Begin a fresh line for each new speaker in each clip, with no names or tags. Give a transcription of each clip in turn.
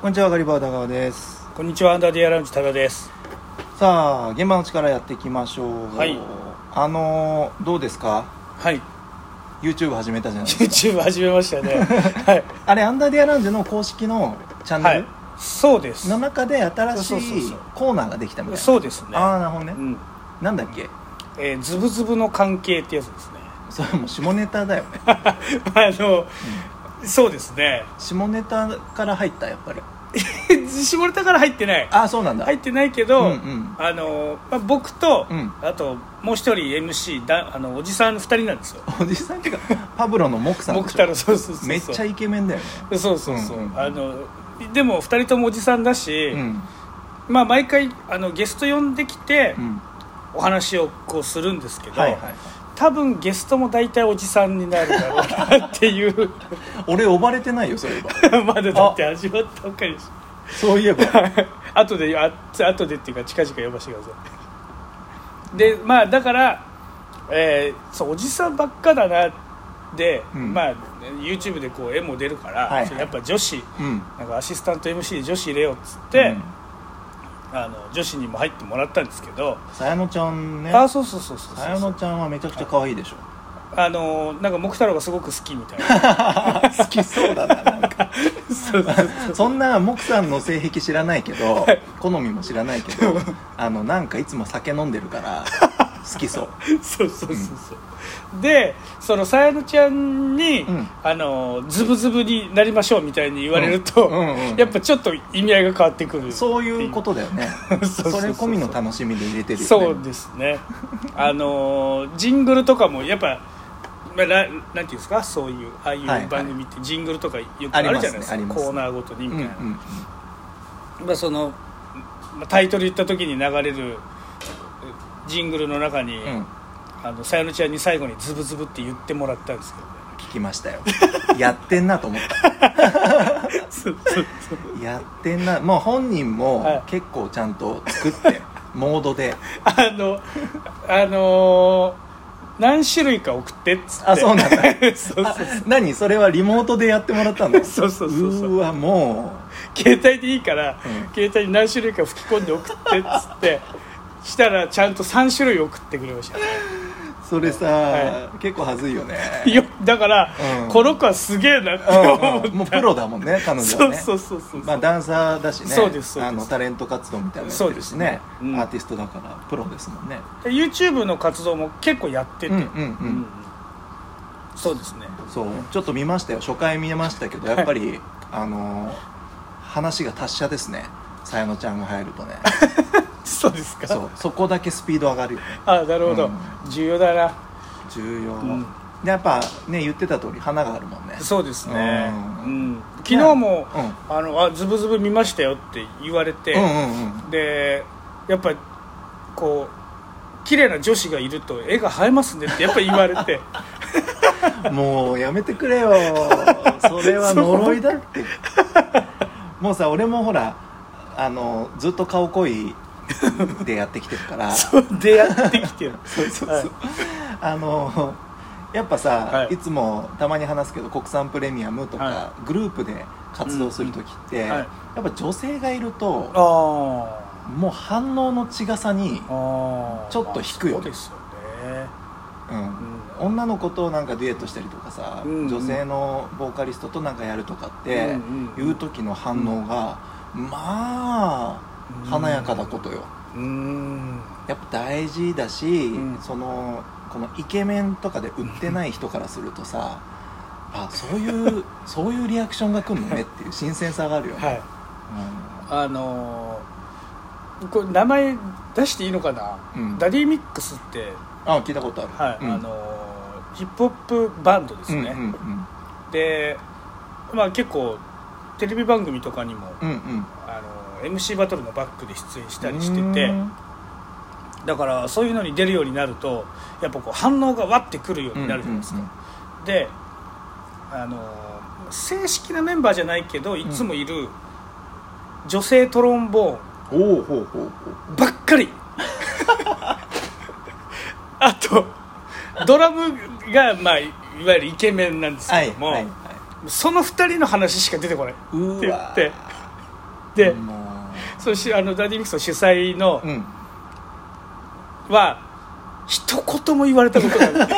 こんにちはガリバー田川です
こんにちはアンダーディアラウンジ多田です
さあ現場の力やっていきましょう
はい
あのーどうですか
はい
YouTube 始めたじゃないですか
YouTube 始めました ねはい、
あれアンダーディアラウンジの公式のチャン
は
ネ
い、そうです
ルの中で新し
そうそう
い
そう
コーナーができたみたいな
そうですね
ああなるほどね
うん
なんだっけ
えー、ズブズブの関係ってやつですね
それもう下ネタだよ ね
あの、そうですね
下ネタから入ったやっぱり
下ネタから入ってない
ああそうなんだ
入ってないけど、
うんうん
あのまあ、僕と、
うん
あともう一人 MC だあのおじさん二人なんですよ
おじさんっていうかパブロのモクさんでしょ
僕たらそうそうそうそう
めっちゃイケメンだよね
そうそうそう、
うんうん
あのでも二人ともおじさんだし、
うん
まあ、毎回あのゲスト呼んできて、
うん
お話をこうするんですけど、
はいはい
多分ゲストも大体おじさんになるだろうなっていう
俺呼ばれてないよそういえば
まだだって始まったばっかりです
そういえば
あとであ後でっていうか近々呼ばせてくださいでまあだから、えーそうおじさんばっかだなで、
うん
まあ YouTube でこう絵も出るから、
はい
それやっぱ女子
うん
なんかアシスタント MC で女子入れようっつっ
う
て
ん、
あの女子にも入ってもらったんですけど、
さやのちゃんね
あそうそうそうそうそう
さやのちゃんはめちゃくちゃ可愛いで しょ
あのなんか木太郎がすごく好きみたいな
好きそうだななんか
そうそうそう
そんなモクさんの性癖知らないけど好みも知らないけ どあのなんかいつも酒飲んでるから好き そう
そうそうそうそうでそのさやのちゃんに、
うん
あのズブズブになりましょうみたいに言われると、
うんうんうん
やっぱちょっと意味合いが変わってくる
そういうことだよねそ
そうそうそう
れ込みの楽しみで入れてるよね
そうですねあのジングルとかもやっぱまあらなんていうんですかそういうああい
はいはいう
番組ってジングルとかよくあるじゃないですか
ありますねあります
コーナーごとにみ
う
た
んう
い
ん
な、まあ、そのまあタイトル言った時に流れるジングルの中に、
うん
あのさやのちゃんに最後にズブズブって言ってもらったんですけどね
聞きましたよやってんなと思った
そうそうそう
やってんなまあ本人
は
も
い結
結構ちゃんと作ってモードで
あのあのー何種類か送ってっつって
あそうなんだ
そうそう
何それはリモートでやってもらったんだ
そうそうそうそう
うーわも
携帯でいいから、
うん
携帯に何種類か吹き込んで送ってっつってしたらちゃんと3種類送ってくれました、
うそれさ、
は
結構はずいよね
よだから、
うん
この子はすげえなって思っ
う
た、
んうんもうプロだもんね彼女
そ
は
う
ね
そうそうそう、
まあダンサーだしね
そうですそうです
あのタレント活動みたいなのやってるしね
そうですねうん
アーティストだからプロですもんね
YouTube の活動も結構やって
うん
て、
うんうん
そうですね
そうちょっと見ましたよ初回見ましたけどやっぱり、あの話が達者ですねさやのちゃんが入ると ね
そうですか
そうそこだけスピード上がるよね
あなるほど、
うん
重要だな
重要、
うん
でやっぱね言ってた通り花があるもんね
そうですね、
う
うんん昨日も
うん
「あのあズブズブ見ましたよ」って言われて、
うんうんうん
でやっぱこう綺麗な女子がいると絵が映えますねってやっぱ言われ て
もうやめてくれよそれは呪いだってもうさ俺もほらあのずっと顔濃いでやってきてるから
そう出会ってきてる
そうそうそう
はい
あのやっぱさ、
はい
い、つもたまに話すけど国産プレミアムとか、
は
グループで活動する時って、
うんうんはい
やっぱ女性がいると
あ
もう反応の違さに
ー、あー
ちょっと引くよ
まあそうですよね
うん
うん
女の子となんかデュエットしたりとかさ、
うんうん
女性のボーカリストとなんかやるとかって
うんうんうん
いう時の反応が、まあ華やかだことよ、
うーん
やっぱ大事だし、
うん
そのこのイケメンとかで売ってない人からするとさあそう いうそういうリアクションが来るのねっていう新鮮さがあるよね、
はいあのーこれ名前出していいのかな、
うん
ダディミックスって、
うん、あ聞いたことある、
はい
うん
あのーヒップホップバンドです
うん
ね、
うんうん
で、まあ、結構テレビ番組とかにも、
うんうん
あのー MC バトルのバックで出演したりしてて
うん
だからそういうのに出るようになるとやっぱこう反応がわってくるようになるじゃないですか、で、あのー正式なメンバーじゃないけどいつもいる女性トロンボー
う
ン
んうんおおほうほうほう
ばっかり あとドラムが、まあ、いわゆるイケメンなんですけども、
はいはいはい
その2人の話しか出てこないう
ーわー
って言ってで
も
そしあのダディミックスの主催の
ううん
は一言も言われたことが ない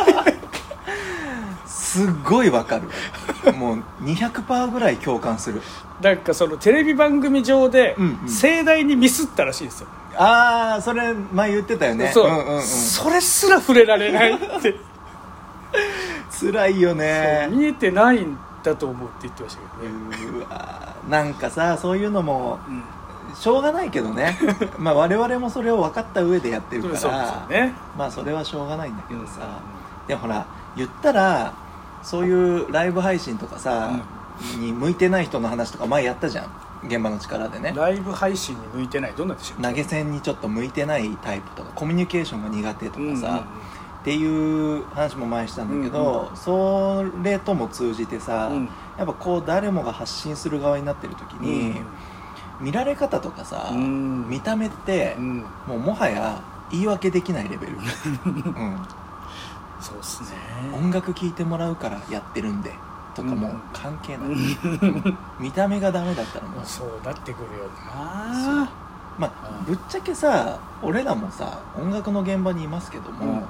すっごいわかるもう200%ぐらい共感する
なんかそのテレビ番組上で
うんうん
盛大にミスったらしいですよ、
ああそれ前言ってたよね
そう、
んうんうん、
それすら触れられないって
辛いよね
見えてないんだと思うって言ってましたけどね、
うわーなんかさそういうのも
うん
しょうがないけど ねまあ我々もそれを分かった上でやってる
そう
か
ですよ
ら、
ね
まあそれはしょうがないんだけどさ、でもほら言ったらそういうライブ配信とかさ、に向いてない人の話とか前やったじゃん現場の力でね
ライブ配信に向いてないどんなんでしょう
投げ銭にちょっと向いてないタイプとかコミュニケーションが苦手と
う
か
んうんうん
さ、っていう話も前にしたんだけど、それとも通じてさ、
うん
やっぱこう誰もが発信する側になってる時に、見られ方とかさ、
うん
見た目って、
うん
もうもはや言い訳できないレ ベル、うん、
そうですね
音楽聴いてもらうからやってるんでとかも
うん
関係ない、うん見た目がダメだったらもう
そうなってくるよな
まあ
う
ぶっちゃけさ俺らもさ音楽の現場にいますけども、
うん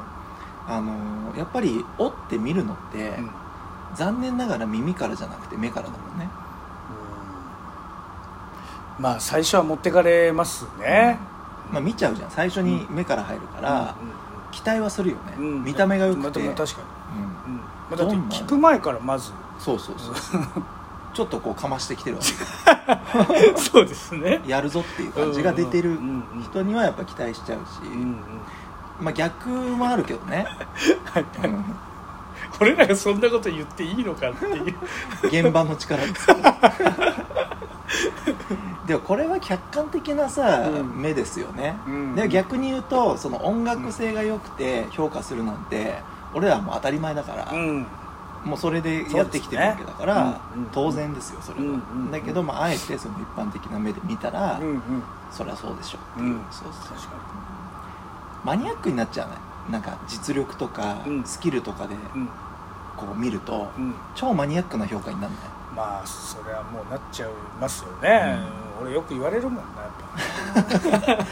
あのーやっぱり折って見るのって、
うん
残念ながら耳からじゃなくて目からだもんね
まあ最初は持ってかれますね
まあ見ちゃうじゃん最初に目から入るから、期待はするよね、
うんうんうん
見た目が良くて、
まあ確か
うん
にうんまあだって
どんな
聞く前からま ず
そうそうそうちょっとこうかましてきてるわ け
そうですね
やるぞっていう感じが出てる
うんうんうん
人にはやっぱ期待しちゃうし、
うん うん
まあ逆もあるけど ね、うん
俺らがそんなこと言っていいのかっ ていう
現場の 力ですからでもこれは客観的なさ、
うん
目ですよね、
うん
で逆に言うとその音楽性が良くて評価するなんて俺らはもう当たり前だから、
うん
もうそれでやってきてるわけだから、
そうですねうんうん
当然ですよそれは、
うんうんうん
だけど、まあ、あえてその一般的な目で見たら、
うんうん
そりゃそうでしょっていう、
うん
そうそう
確か
マニアックになっちゃうねなんか実力とか
うん
スキルとかで
にうん
こう見ると、
うん
超マニアックな評価になるね
まあそれはもうなっちゃいますよね、うん俺よく言われるもんなやっぱ
だっ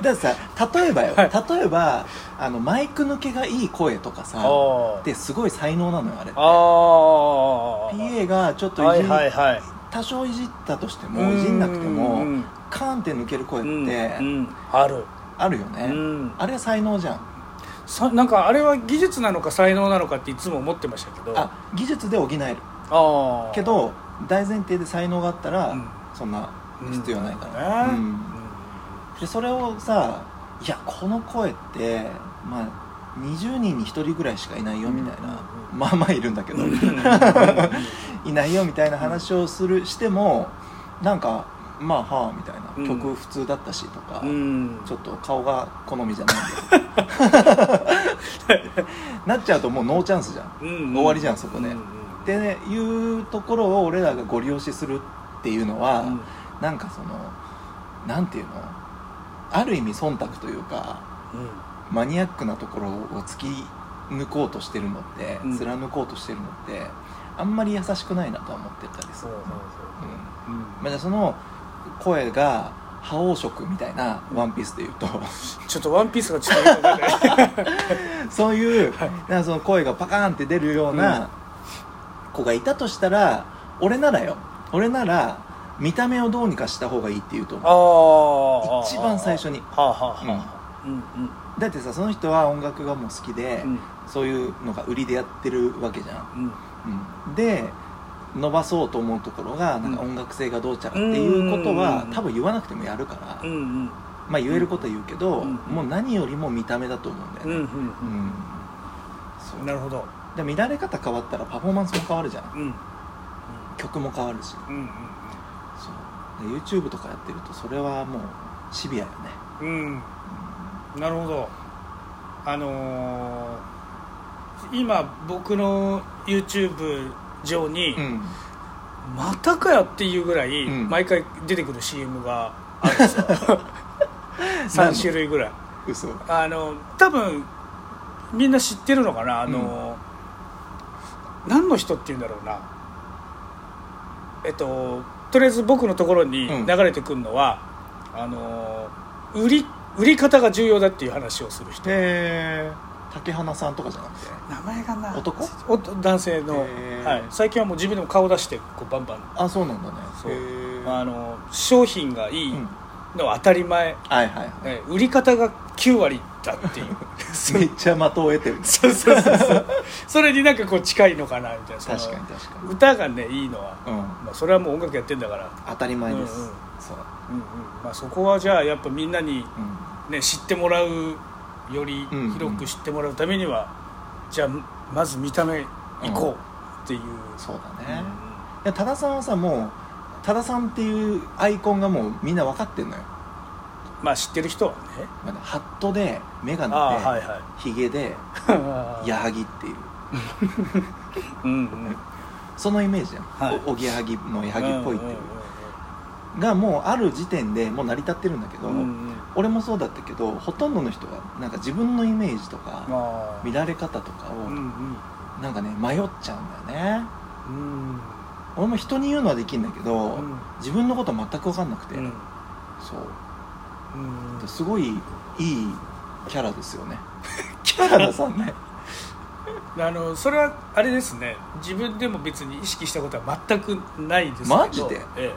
てさ例えばよ、
はい
例えばあのマイク抜けがいい声とかさ
あ
ってすごい才能なのよあれ
ああ
PA がちょっといじ、
はいはいはい
多少いじったとしてもいじんなくても
うん
カーンって抜ける声
う
っ
ん
て
うんある、
あるよね、
うん、
あれは才能じゃん
さなんかあれは技術なのか才能なのかっていつも思ってましたけど
あ技術で補える
あー
けど大前提で才能があったら、
うん
そんな必要ないから、
らね、
う
うん
んでそれをさいやこの声ってまあ20人に1人ぐらいしかいないよみたいな、
う
まあまあいるんだけど、いないよみたいな話をするしてもなんかまあはあみたいな、
うん
曲普通だったしとか、
うん
ちょっと顔が好みじゃないん でなっちゃうともうノーチャンスじゃん
うん
終わりじゃんそこで
うん
って、ね、いうところを俺らがご利用しするっていうのは、
うん
なんかそのなんていうのある意味忖度というかマニアックなところを突き抜こうとしてるのって、
うん
貫こうとしてるのってあんまり優しくないなとは思ってたりす
そう
るう
そうそう、うん
んまあ、じゃあその声が覇王色みたいなワンピースでいうと
ちょっとワンピースがちょっとよくわかんない
そういうなんかその声がパカーンって出るような子がいたとしたら俺ならよ俺なら見た目をどうにかした方がいいって言うと思う
ああ
一番最初に
はあはあはあうん
だってさその人は音楽がもう好きで、
うん
そういうのが売りでやってるわけじゃん、
うん
うん、で伸ばそうと思うところがなんか
うん
音楽性がどうちゃらっていうことは
うん
多分言わなくてもやるから、
うんうん
まあ言えることは言うけど、
うん
もう何よりも見た目だと思うんだよ
うんう
ね、
ん
うん
うんなるほど
で見られ方変わったらパフォーマンスも変わるじゃん
うんうん
曲も変わるし
うん
そうで YouTube とかやってるとそれはもうシビアよね
うんうんなるほどあのー今僕の YouTube 上に、
うん
またかよっていうぐらい
うん
毎回出てくる CM がある んですよ3種類ぐらい
嘘うん
あの多分みんな知ってるのかなあの、何の人っていうんだろうなえっととりあえず僕のところに
うん
流れてくるのは、あのー売り売り方が重要だっていう話をする人
えー、竹花さんとかじゃなくて
名前がな
男
お男性の、
へー
はい、最近はもう自分でも顔出してこうバンバン
あそうなんだね
そう
へー
あの商品がいい
うん、
のは当たり前、
はいはいは
ね売り方が9割だっ ていう
いめっちゃ的を得てる
そうそうそうそうそれになんかこう近いのかなみたいなその
確かに確かに、
歌がねいいのは、
うん、
まあ、それはもう音楽やってんだから、
当たり前です、
うんうん
そう、
うんうんまあ、そこはじゃあやっぱみんなに、
う
ね、知ってもらうより
うんうん
広く知ってもらうためには、じゃあまず見た目いこうっていう、
ん、そうだ
うん
ね、いや多田さんはさもう多田さんっていうアイコンがもうみんな分かってんのよ、
まあ知ってる人はね
まあね、ハットで眼鏡で、
ああはいは
ヒゲで
い
矢作っていう
うんうん
そのイメージじゃん、
はい
おおぎやはぎの矢作っぽいっていう、
う
がもうある時点でもう成り立ってるんだけど、
んうんうんうんうん
俺もそうだったけどほとんどの人がなんか自分のイメージとか
まあ
見られ方とかを
うん
なんかね迷っちゃうんだよね
うん
俺も人に言うのはできるんだけど、
うん
自分のこと全く分かんなくて、
うん
そう
うん
ですごいいいキャラですよね キャラさんね
あのそれはあれですね自分でも別に意識したことは全くないですけど
マジで
え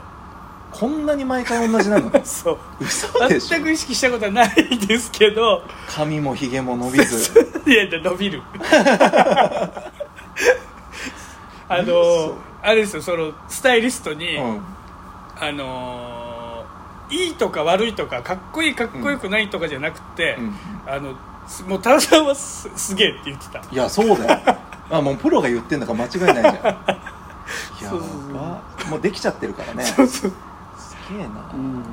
こんなに毎回同じなの
えそう
嘘でしょ
全く意識したことはないですけど
髪もひげも伸びず
いや伸 びるあの
嘘
あれですよそのスタイリストに、
うん
あのいいとか悪いとかかっこいいかっこよくないとかじゃなくて、
うん
あのすもう田中さんはすすげえって言ってた
いやそうだよあもうプロが言ってんだから間違い ないじゃんや
そうそうそう
ばもうできちゃってるからねす
そうそう、
げえな、
ん、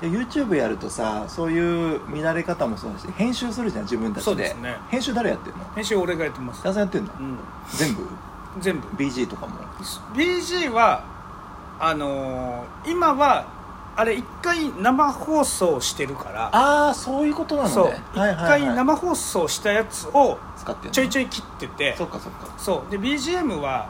で YouTube やるとさそういう見られ方もそうだし編集するじゃん自分たちで
そうですね
編集誰やってるの
編集俺がやってます、
田さんやってんの
うん、
全部
全部
BG とかも
BG はあのー今はあれ一回生放送してるから
ああそういうことなのね
そう一
はいはい
回
はい
生放送したやつを
使ってんの
ちょいちょい切ってて
そっかそっか
そうで BGM は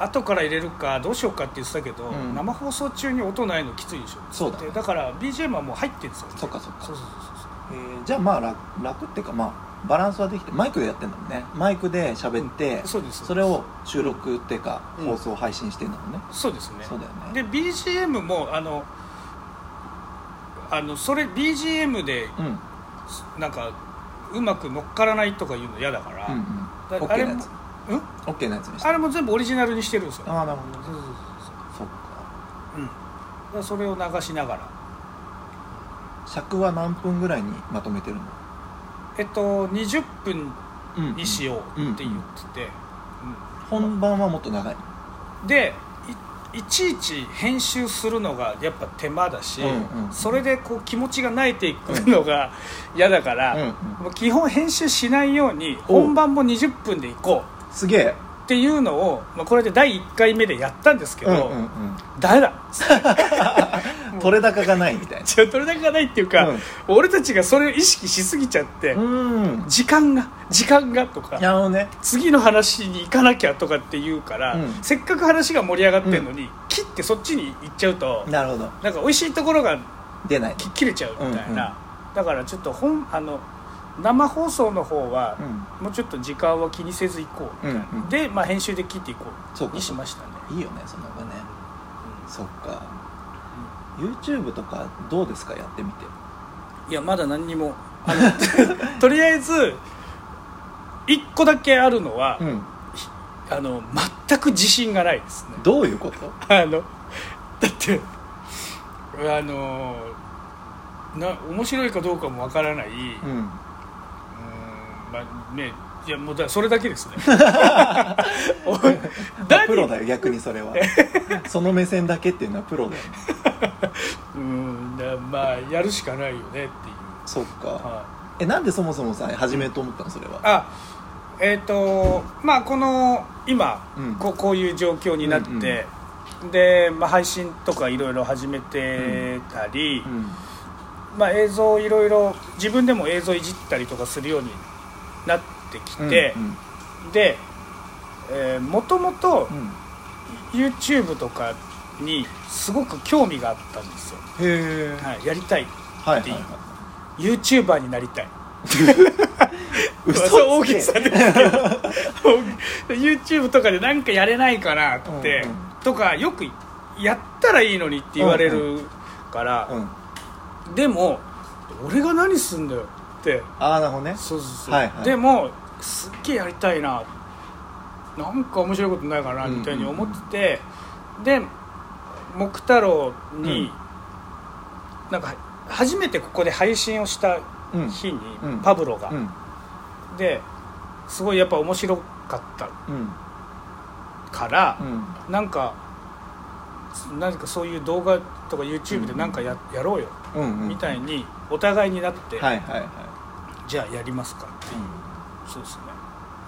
う
後から入れるかどうしようかって言ってたけど、
うん
生放送中に音ないのきついでしょ
そうだね
でだから BGM はもう入ってるんですよ、ね、
そっかそっか
そうそうそうそう
えーじゃあまあ楽楽っていうかまあバランスはできてマイクでやってんだもんねマイクで喋って、
そうです
それを収録っていうか、
うん
放送配信してんだもんね、
そうですね
そうだよね
で BGM もあのあのそれ BGM で
うんうん
なんかうまく乗っからないとかいうの嫌だから、
うん
だ
OK
あれ
なや
も
つ
うん
OK なやつにして
あれも全部オリジナルにしてるんですよ
ああなるほど
そうそうそうそう
そっか
うんだからそれを流しながら
尺は何分ぐらいにまとめてるの
えっと20分
うんうん
にしようって言ってて、
本番はもっと長い
うんでいいちいち編集するのがやっぱ手間だし、
うんうん
それでこう気持ちが慣れていくのが嫌だから、
うんうん
もう基本編集しないように
おう
本番も20分でいこう
すげえ
っていうのを、まあ、これで第1回目でやったんですけ
うん
ど、
うん
ダメだ
うん取れ高がないみたい
じゃあ取れ高がないっていうか、
うん
俺たちがそれを意識しすぎちゃって、
なうん
時間が時間がとか
なるほどね
次の話に行かなきゃとかって言うから、
うん
せっかく話が盛り上がってるのに、切ってそっちに行っちゃうと
なるほど
なんか美味しいところが
出ない
き切れちゃうみたいな、だからちょっと本あの生放送の方は
う、ん
もうちょっと時間は気にせず行こうみたいな、
うんうん
で、まあ、編集で切っていこ
そう
う
か
にしましたね
いいよねその方がねそっか YouTube とかどうですかやってみて
いやまだ何にもあの とりあえず1個だけあるのは、
ん
あの全く自信がないですね
どういうこと
あのだってあのな面白いかどうかもわからない、うーん
ん
まあねいやもうだそれだけです ねお
まあ
何
プロだよ逆にそれは その目線だけっていうのはプロだよね
うーんだまあやるしかないよねっていう、
そっか
はい
えなんでそもそもさ始めようと思ったのそれは
あえっ、とまあこの今、
うん
ここういう状況になって、で、まあ、配信とかいろいろ始めてたり、
うん
まあ、映像いろいろ自分でも映像いじったりとかするようになってきて
う、ん
で、えー、もともと
うん
YouTube とかにすごく興味があったんですよ、
え
はい、やりたい
はいはいい
い
はい
YouTuber になりたい
嘘
それ大
つけ
げさですけど YouTube とかでなんかやれないかなって、
うんうん
とかよくやったらいいのにって言われるから、
うん
でも俺が何すんだよって
ああなるほどね
そうそうそう、
はいはい
でもすっげえやりたいななんか面白いことないかな
うんうん
みたいに思ってて、で木太郎に、なんか初めてここで配信をした
うん
日に、
うん
パブロが、
うん
ですごいやっぱ面白かった
うん
から
う、ん
なんか何かそういう動画とか YouTube でなんかや,、やろうよ
うんうん
みたいにお互いになって、
はいはいは
じゃあやりますか
い、うん
そうですね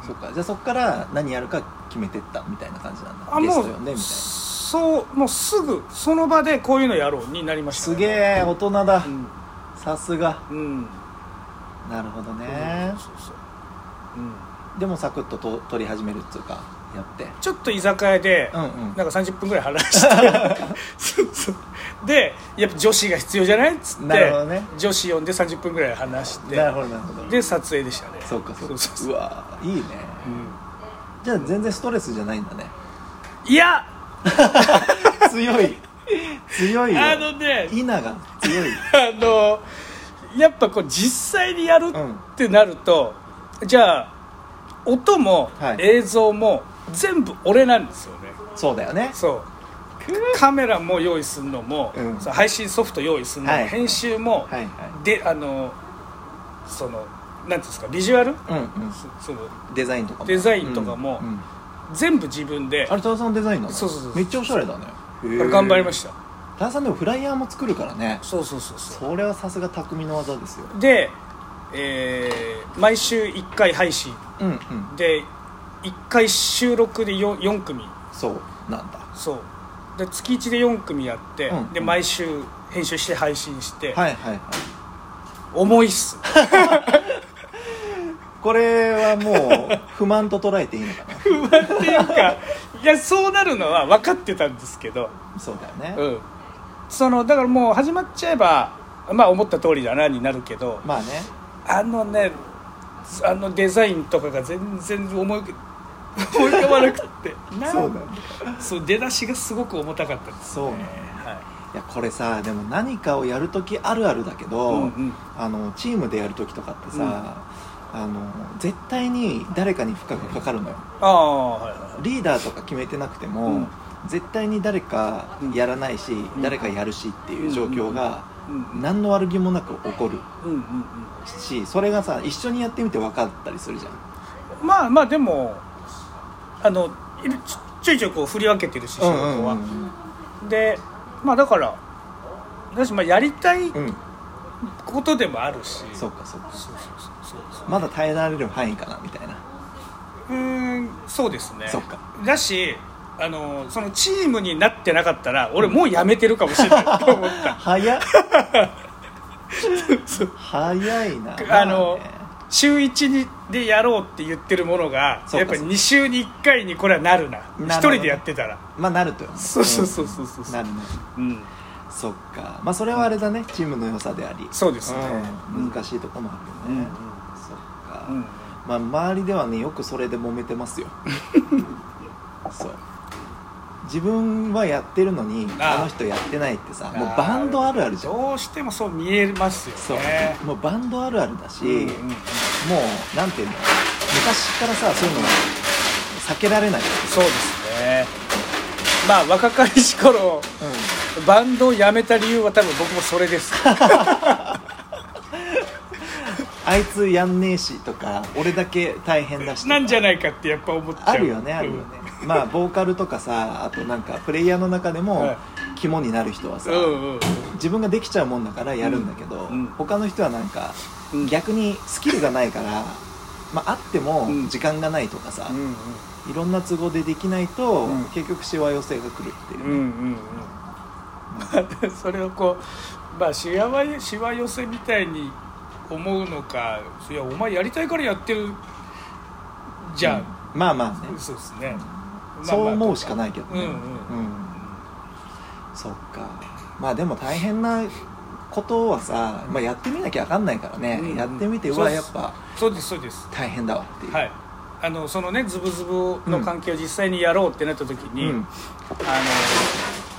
そっかじゃあそっから何やるか決めてったみたいな感じなんだ
あ
ゲ
も
ス
う
ト呼んでみたいな
そうもうすぐその場でこういうのやろうになりました
す
ね
げえ大人だ
うん
さすが
うん
なるほどね
そうそううん
でもサクッとと撮り始めるっつうかやって
ちょっと居酒屋で、
うんうん
なんか30分ぐらい話してそう そうでやっぱ女子が必要じゃないっつって
なるほどね
女子呼んで30分ぐらい話して
なるほどなるほど
で撮影でしたね
そうかそうか
そうそう
うわいいね
うん
じゃあ全然ストレスじゃないんだね
いや
強い強いよ
あのね
稲が強い
あのやっぱこう実際にやる
うん
ってなると、じゃあ音も
はい
映像も全部俺なんですよね、
そうだよね
そうカメラも用意するのも、
うん
そう配信ソフト用意するのも、
はい
編集も、
はいは
であのそのなんていうんですかビジュアル
いうんうん
そその
デザインとかも
デザインとかも
うんうん
全部自分で
あれ多田さんデザインなの
そうそうそう
めっちゃおしゃれだね
頑張りま
し
した
た多田さんでもフライヤーも作るからね
そうそうそうそう
それはさすが匠の技ですよ
で、えー毎週1回配信
うんうん
で1回収録で 4, 四組
そうなんだ
そうで月1で4組やって、
うん
で毎週編集して配信して、
はいはいはい
重いっす
これはもう不満と捉えていいのか
っていうかいやそうなるのは分かってたんですけど、
なそうだよね、
うん、そのだからもう始まっちゃえばまあ思った通りだなになるけど
まあね
あのねあのデザインとかが全然思い浮か 思い浮かばなくって
そうだよね
そう出だしがすごく重たかったです
そうね
はい
やこれさでも何かをやる時あるあるだけど、
うんうん
あのチームでやる時とかってさ、あの絶対に誰かに負荷がかかるのよ
ああはいはいはい
リーダーとか決めてなくても、
うん
絶対に誰かやらないし、
ん
誰かやるしっていう状況が
うん
何の悪気もなく起こる
うんうんうん
しそれがさ一緒にやってみて分かったりするじゃん
まあまあでもあのいるちょちょいちょいこう振り分けてるし仕事は、でまあだからだしまあやりたい
うん、うん、
ことでもあるし、
そうかそうか
そうそうそうそう
まだ耐えられる範囲かなみたい な
うーんそうですね
そっか
だしあのそのチームになってなかったら俺もうやめてるかもし れないと思った
早っ早いな
あの週1でやろうって言ってるものが
そっ
やっ
か
ぱり2週に1回にこれはなるな
ほど
一人でやってたら
まあねまあなるとよね
そうそうそうそうそう、
んなるね
うん、
そっかまあそれはあれだねチームの良さであり
そうですね
うん難しいとこもあるよね、そっか、
うん
まあ周りではねよくそれで揉めてます よそう自分はやってるのに
あ
あの人やってないってさ
あー
もうバンドあるあるじゃん
どうしてもそう見えます
そ
よ
う
ね
もうバンドあるあるだし、
うんうん
もうなんていうの昔からさそういうの避けられない、
そうですねまあ若かりし頃バンドを辞めた理由は多分僕もそれです
あいつやんねえしとか俺だけ大変だしとか
なんじゃないかってやっぱ思っちゃう
あるよねあるよね、まあボーカルとかさあとなんかプレイヤーの中で
は
も
い
肝になる人は
う
さ、
んうんうん
自分ができちゃうもんだからやるんだけど、
うんうん
他の人はなんか、
うん
逆にスキルがないから、まあ、あっても
うん
時間がないとかさ、
うん
いろんな都合でできないと、
うん
結局しわ寄せが来るっていう
うんう、んうんうんそれをこうまあしわわしわ寄せみたいに思うのかいやお前やりたいからやってるじゃん、
まあまあね、
そうですね、まあまあ
そう思うしかないけど
うん
ね、
うん
うんそっかまあでも大変なことはさ、まあ、やってみなきゃ分かんないからね、
うん
やってみて
そうう
わ
です
やっぱ
そうですそうです
大変だわっていう、
はいあのそのねズブズブの関係を実際にやろうってなった時に、
うん
あの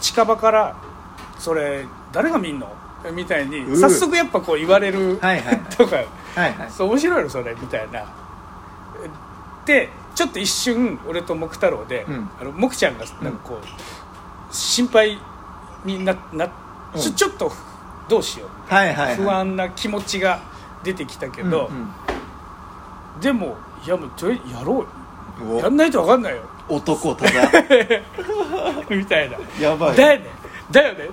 近場から「それ誰が見んの?」みたいに
うん
早速やっぱこう言われる
はいはいはい
とか
はいはい
そう面白いのそれみたいなでちょっと一瞬俺と木太郎で、
うん
あの木ちゃんがなんかこう、心配にななち
う
ょ
ん
ちょっとどうしよう、
はいはいはい
不安な気持ちが出てきたけど、
うん
でもいやもうちょいやろ
うん
う
お
よやんないと分かんないよ
男ただ
みたいな
やばい
だよねだよね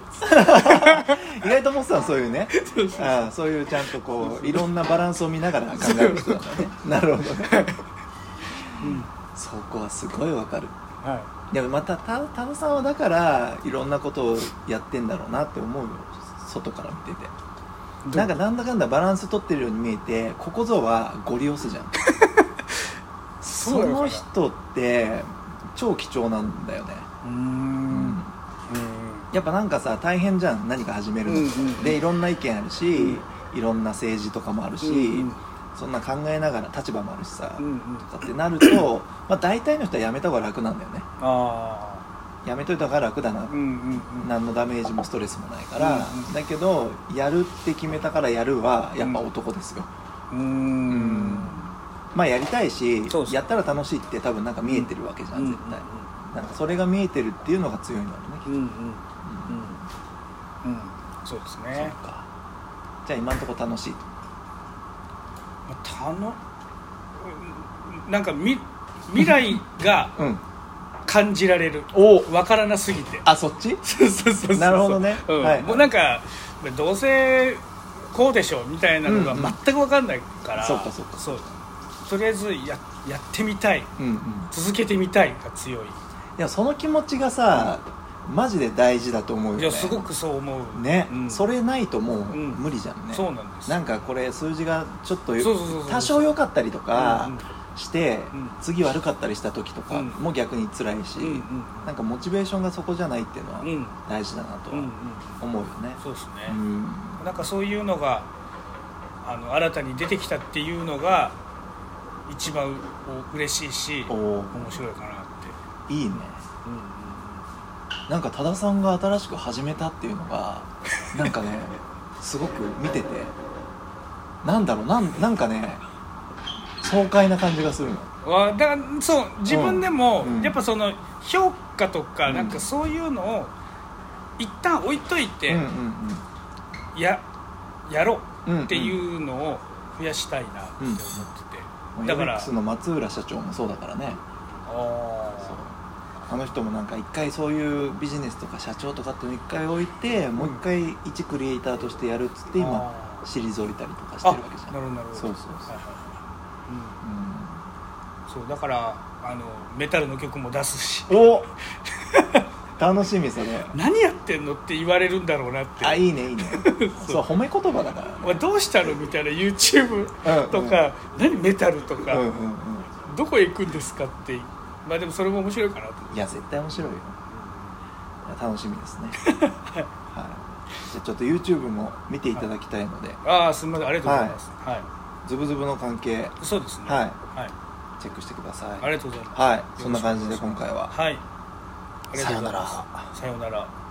意外とモスさんはそういうねああそういうちゃんとこういろんなバランスを見ながら考える人だからね なるほどね、そこはすごいわかる
は
でもまたた多田さんはだからいろんなことをやってんだろうなって思うよ外から見てて
い
なんかなんだかんだバランス取ってるように見えてここぞはゴリ押すじゃん
そ
そう
な
の
のかな
人って超貴重なんだよね、
うーん
やっぱなんかさ大変じゃん何か始めるのって、
うんうんうん
でいろんな意見あるし、
うん
いろんな政治とかもあるし、
うんうん
そんな考えながら立場もあるしさ、
うんうん
とかってなると、まあ、大体の人はやめた方が楽なんだよね
あ
やめといた方が楽だな、
あうんうんうん
何のダメージもストレスもないから、
うんうん
だけどやるって決めたからやるはやっぱ男ですよ、
うーん
まあやりたいし、
そうそう
やったら楽しいって多分なんか見えてるわけじゃん、絶対、なんかそれが見えてるっていうのが強いんだろうねきっ
う
と
んうんうん
うん
うんそうです
そう
ね
かじゃあ今のところ楽しいと
まあたのうんなんかみ未来が
うん
感じられる
お
わからなすぎて
あそっち
そうそうそうそう
なるほどね
うん
はい
もうなんかどうせこうでしょうみたいなのが
うんうん
全く分かんないから、
そうかそうか
そうとりあえずややってみたい
うんうんい
続けてみたいが強い、
やその気持ちがさマジで大事だと思うよ
い
ね
やすごくそう思う
ね、
うん
それないともううん無理じゃんね、
そうなんです
なんかこれ数字がちょっと
そうそうそうそう
多少良かったりとか
うんうん
して、
うん
次悪かったりした時とか
うん
も逆に辛いし、
うんうん
なんかモチベーションがそこじゃないっていうのは
うん
大事だなと
うんうん
は思うよね、
そうですね、
うん
なんかそういうのがあの新たに出てきたっていうのが一番う嬉しいし面
おー
白いかなって、
いいね
うんうん
なんか多田さんが新しく始めたっていうのがなん かねすごく見ててなんだろうなんなんかね爽快な感じがするの
うんわだからそう自分でも、
うん
やっぱその評価とか、
うん
なんかそういうのを一旦置いといて、
うんうん
ややろ
うんうん
うっていうのを増やしたいなって思ってて、
うん
だから
エイベックスの松浦社長もそうだからね
あ
そう
ー
あの人もなんか一回そういうビジネスとか社長とかっていうのを一回置いて、もう一回一クリエイターとしてやるっつって今
あー
退いたりとかしてるわけじゃ
あ
ん
なるほどなるほど
そうそうそう
はいはいはいうん
う
そうだからあのメタルの曲も出すし
んお 楽しみそれ
何やってんのって言われるんだろうなって
あいいねいい ねそう褒め言葉だから
お前どうしたのみたいな YouTube
うんうん
とか、何メタルとか、
うんうんうん
どこへ行くんですかってまあでもそれも面白いかなと
いや絶対面白いよいや楽しみです ねはいじゃあちょっと YouTube も見ていただきたいので
ああすみませんありがとうございますはい、
ズブズブの関係
そうですね
はい
は
チェックしてくださ
いあ
い
りがとうございます
はいそんな感じで今回は
はいありがとうございます
さようなら
さようなら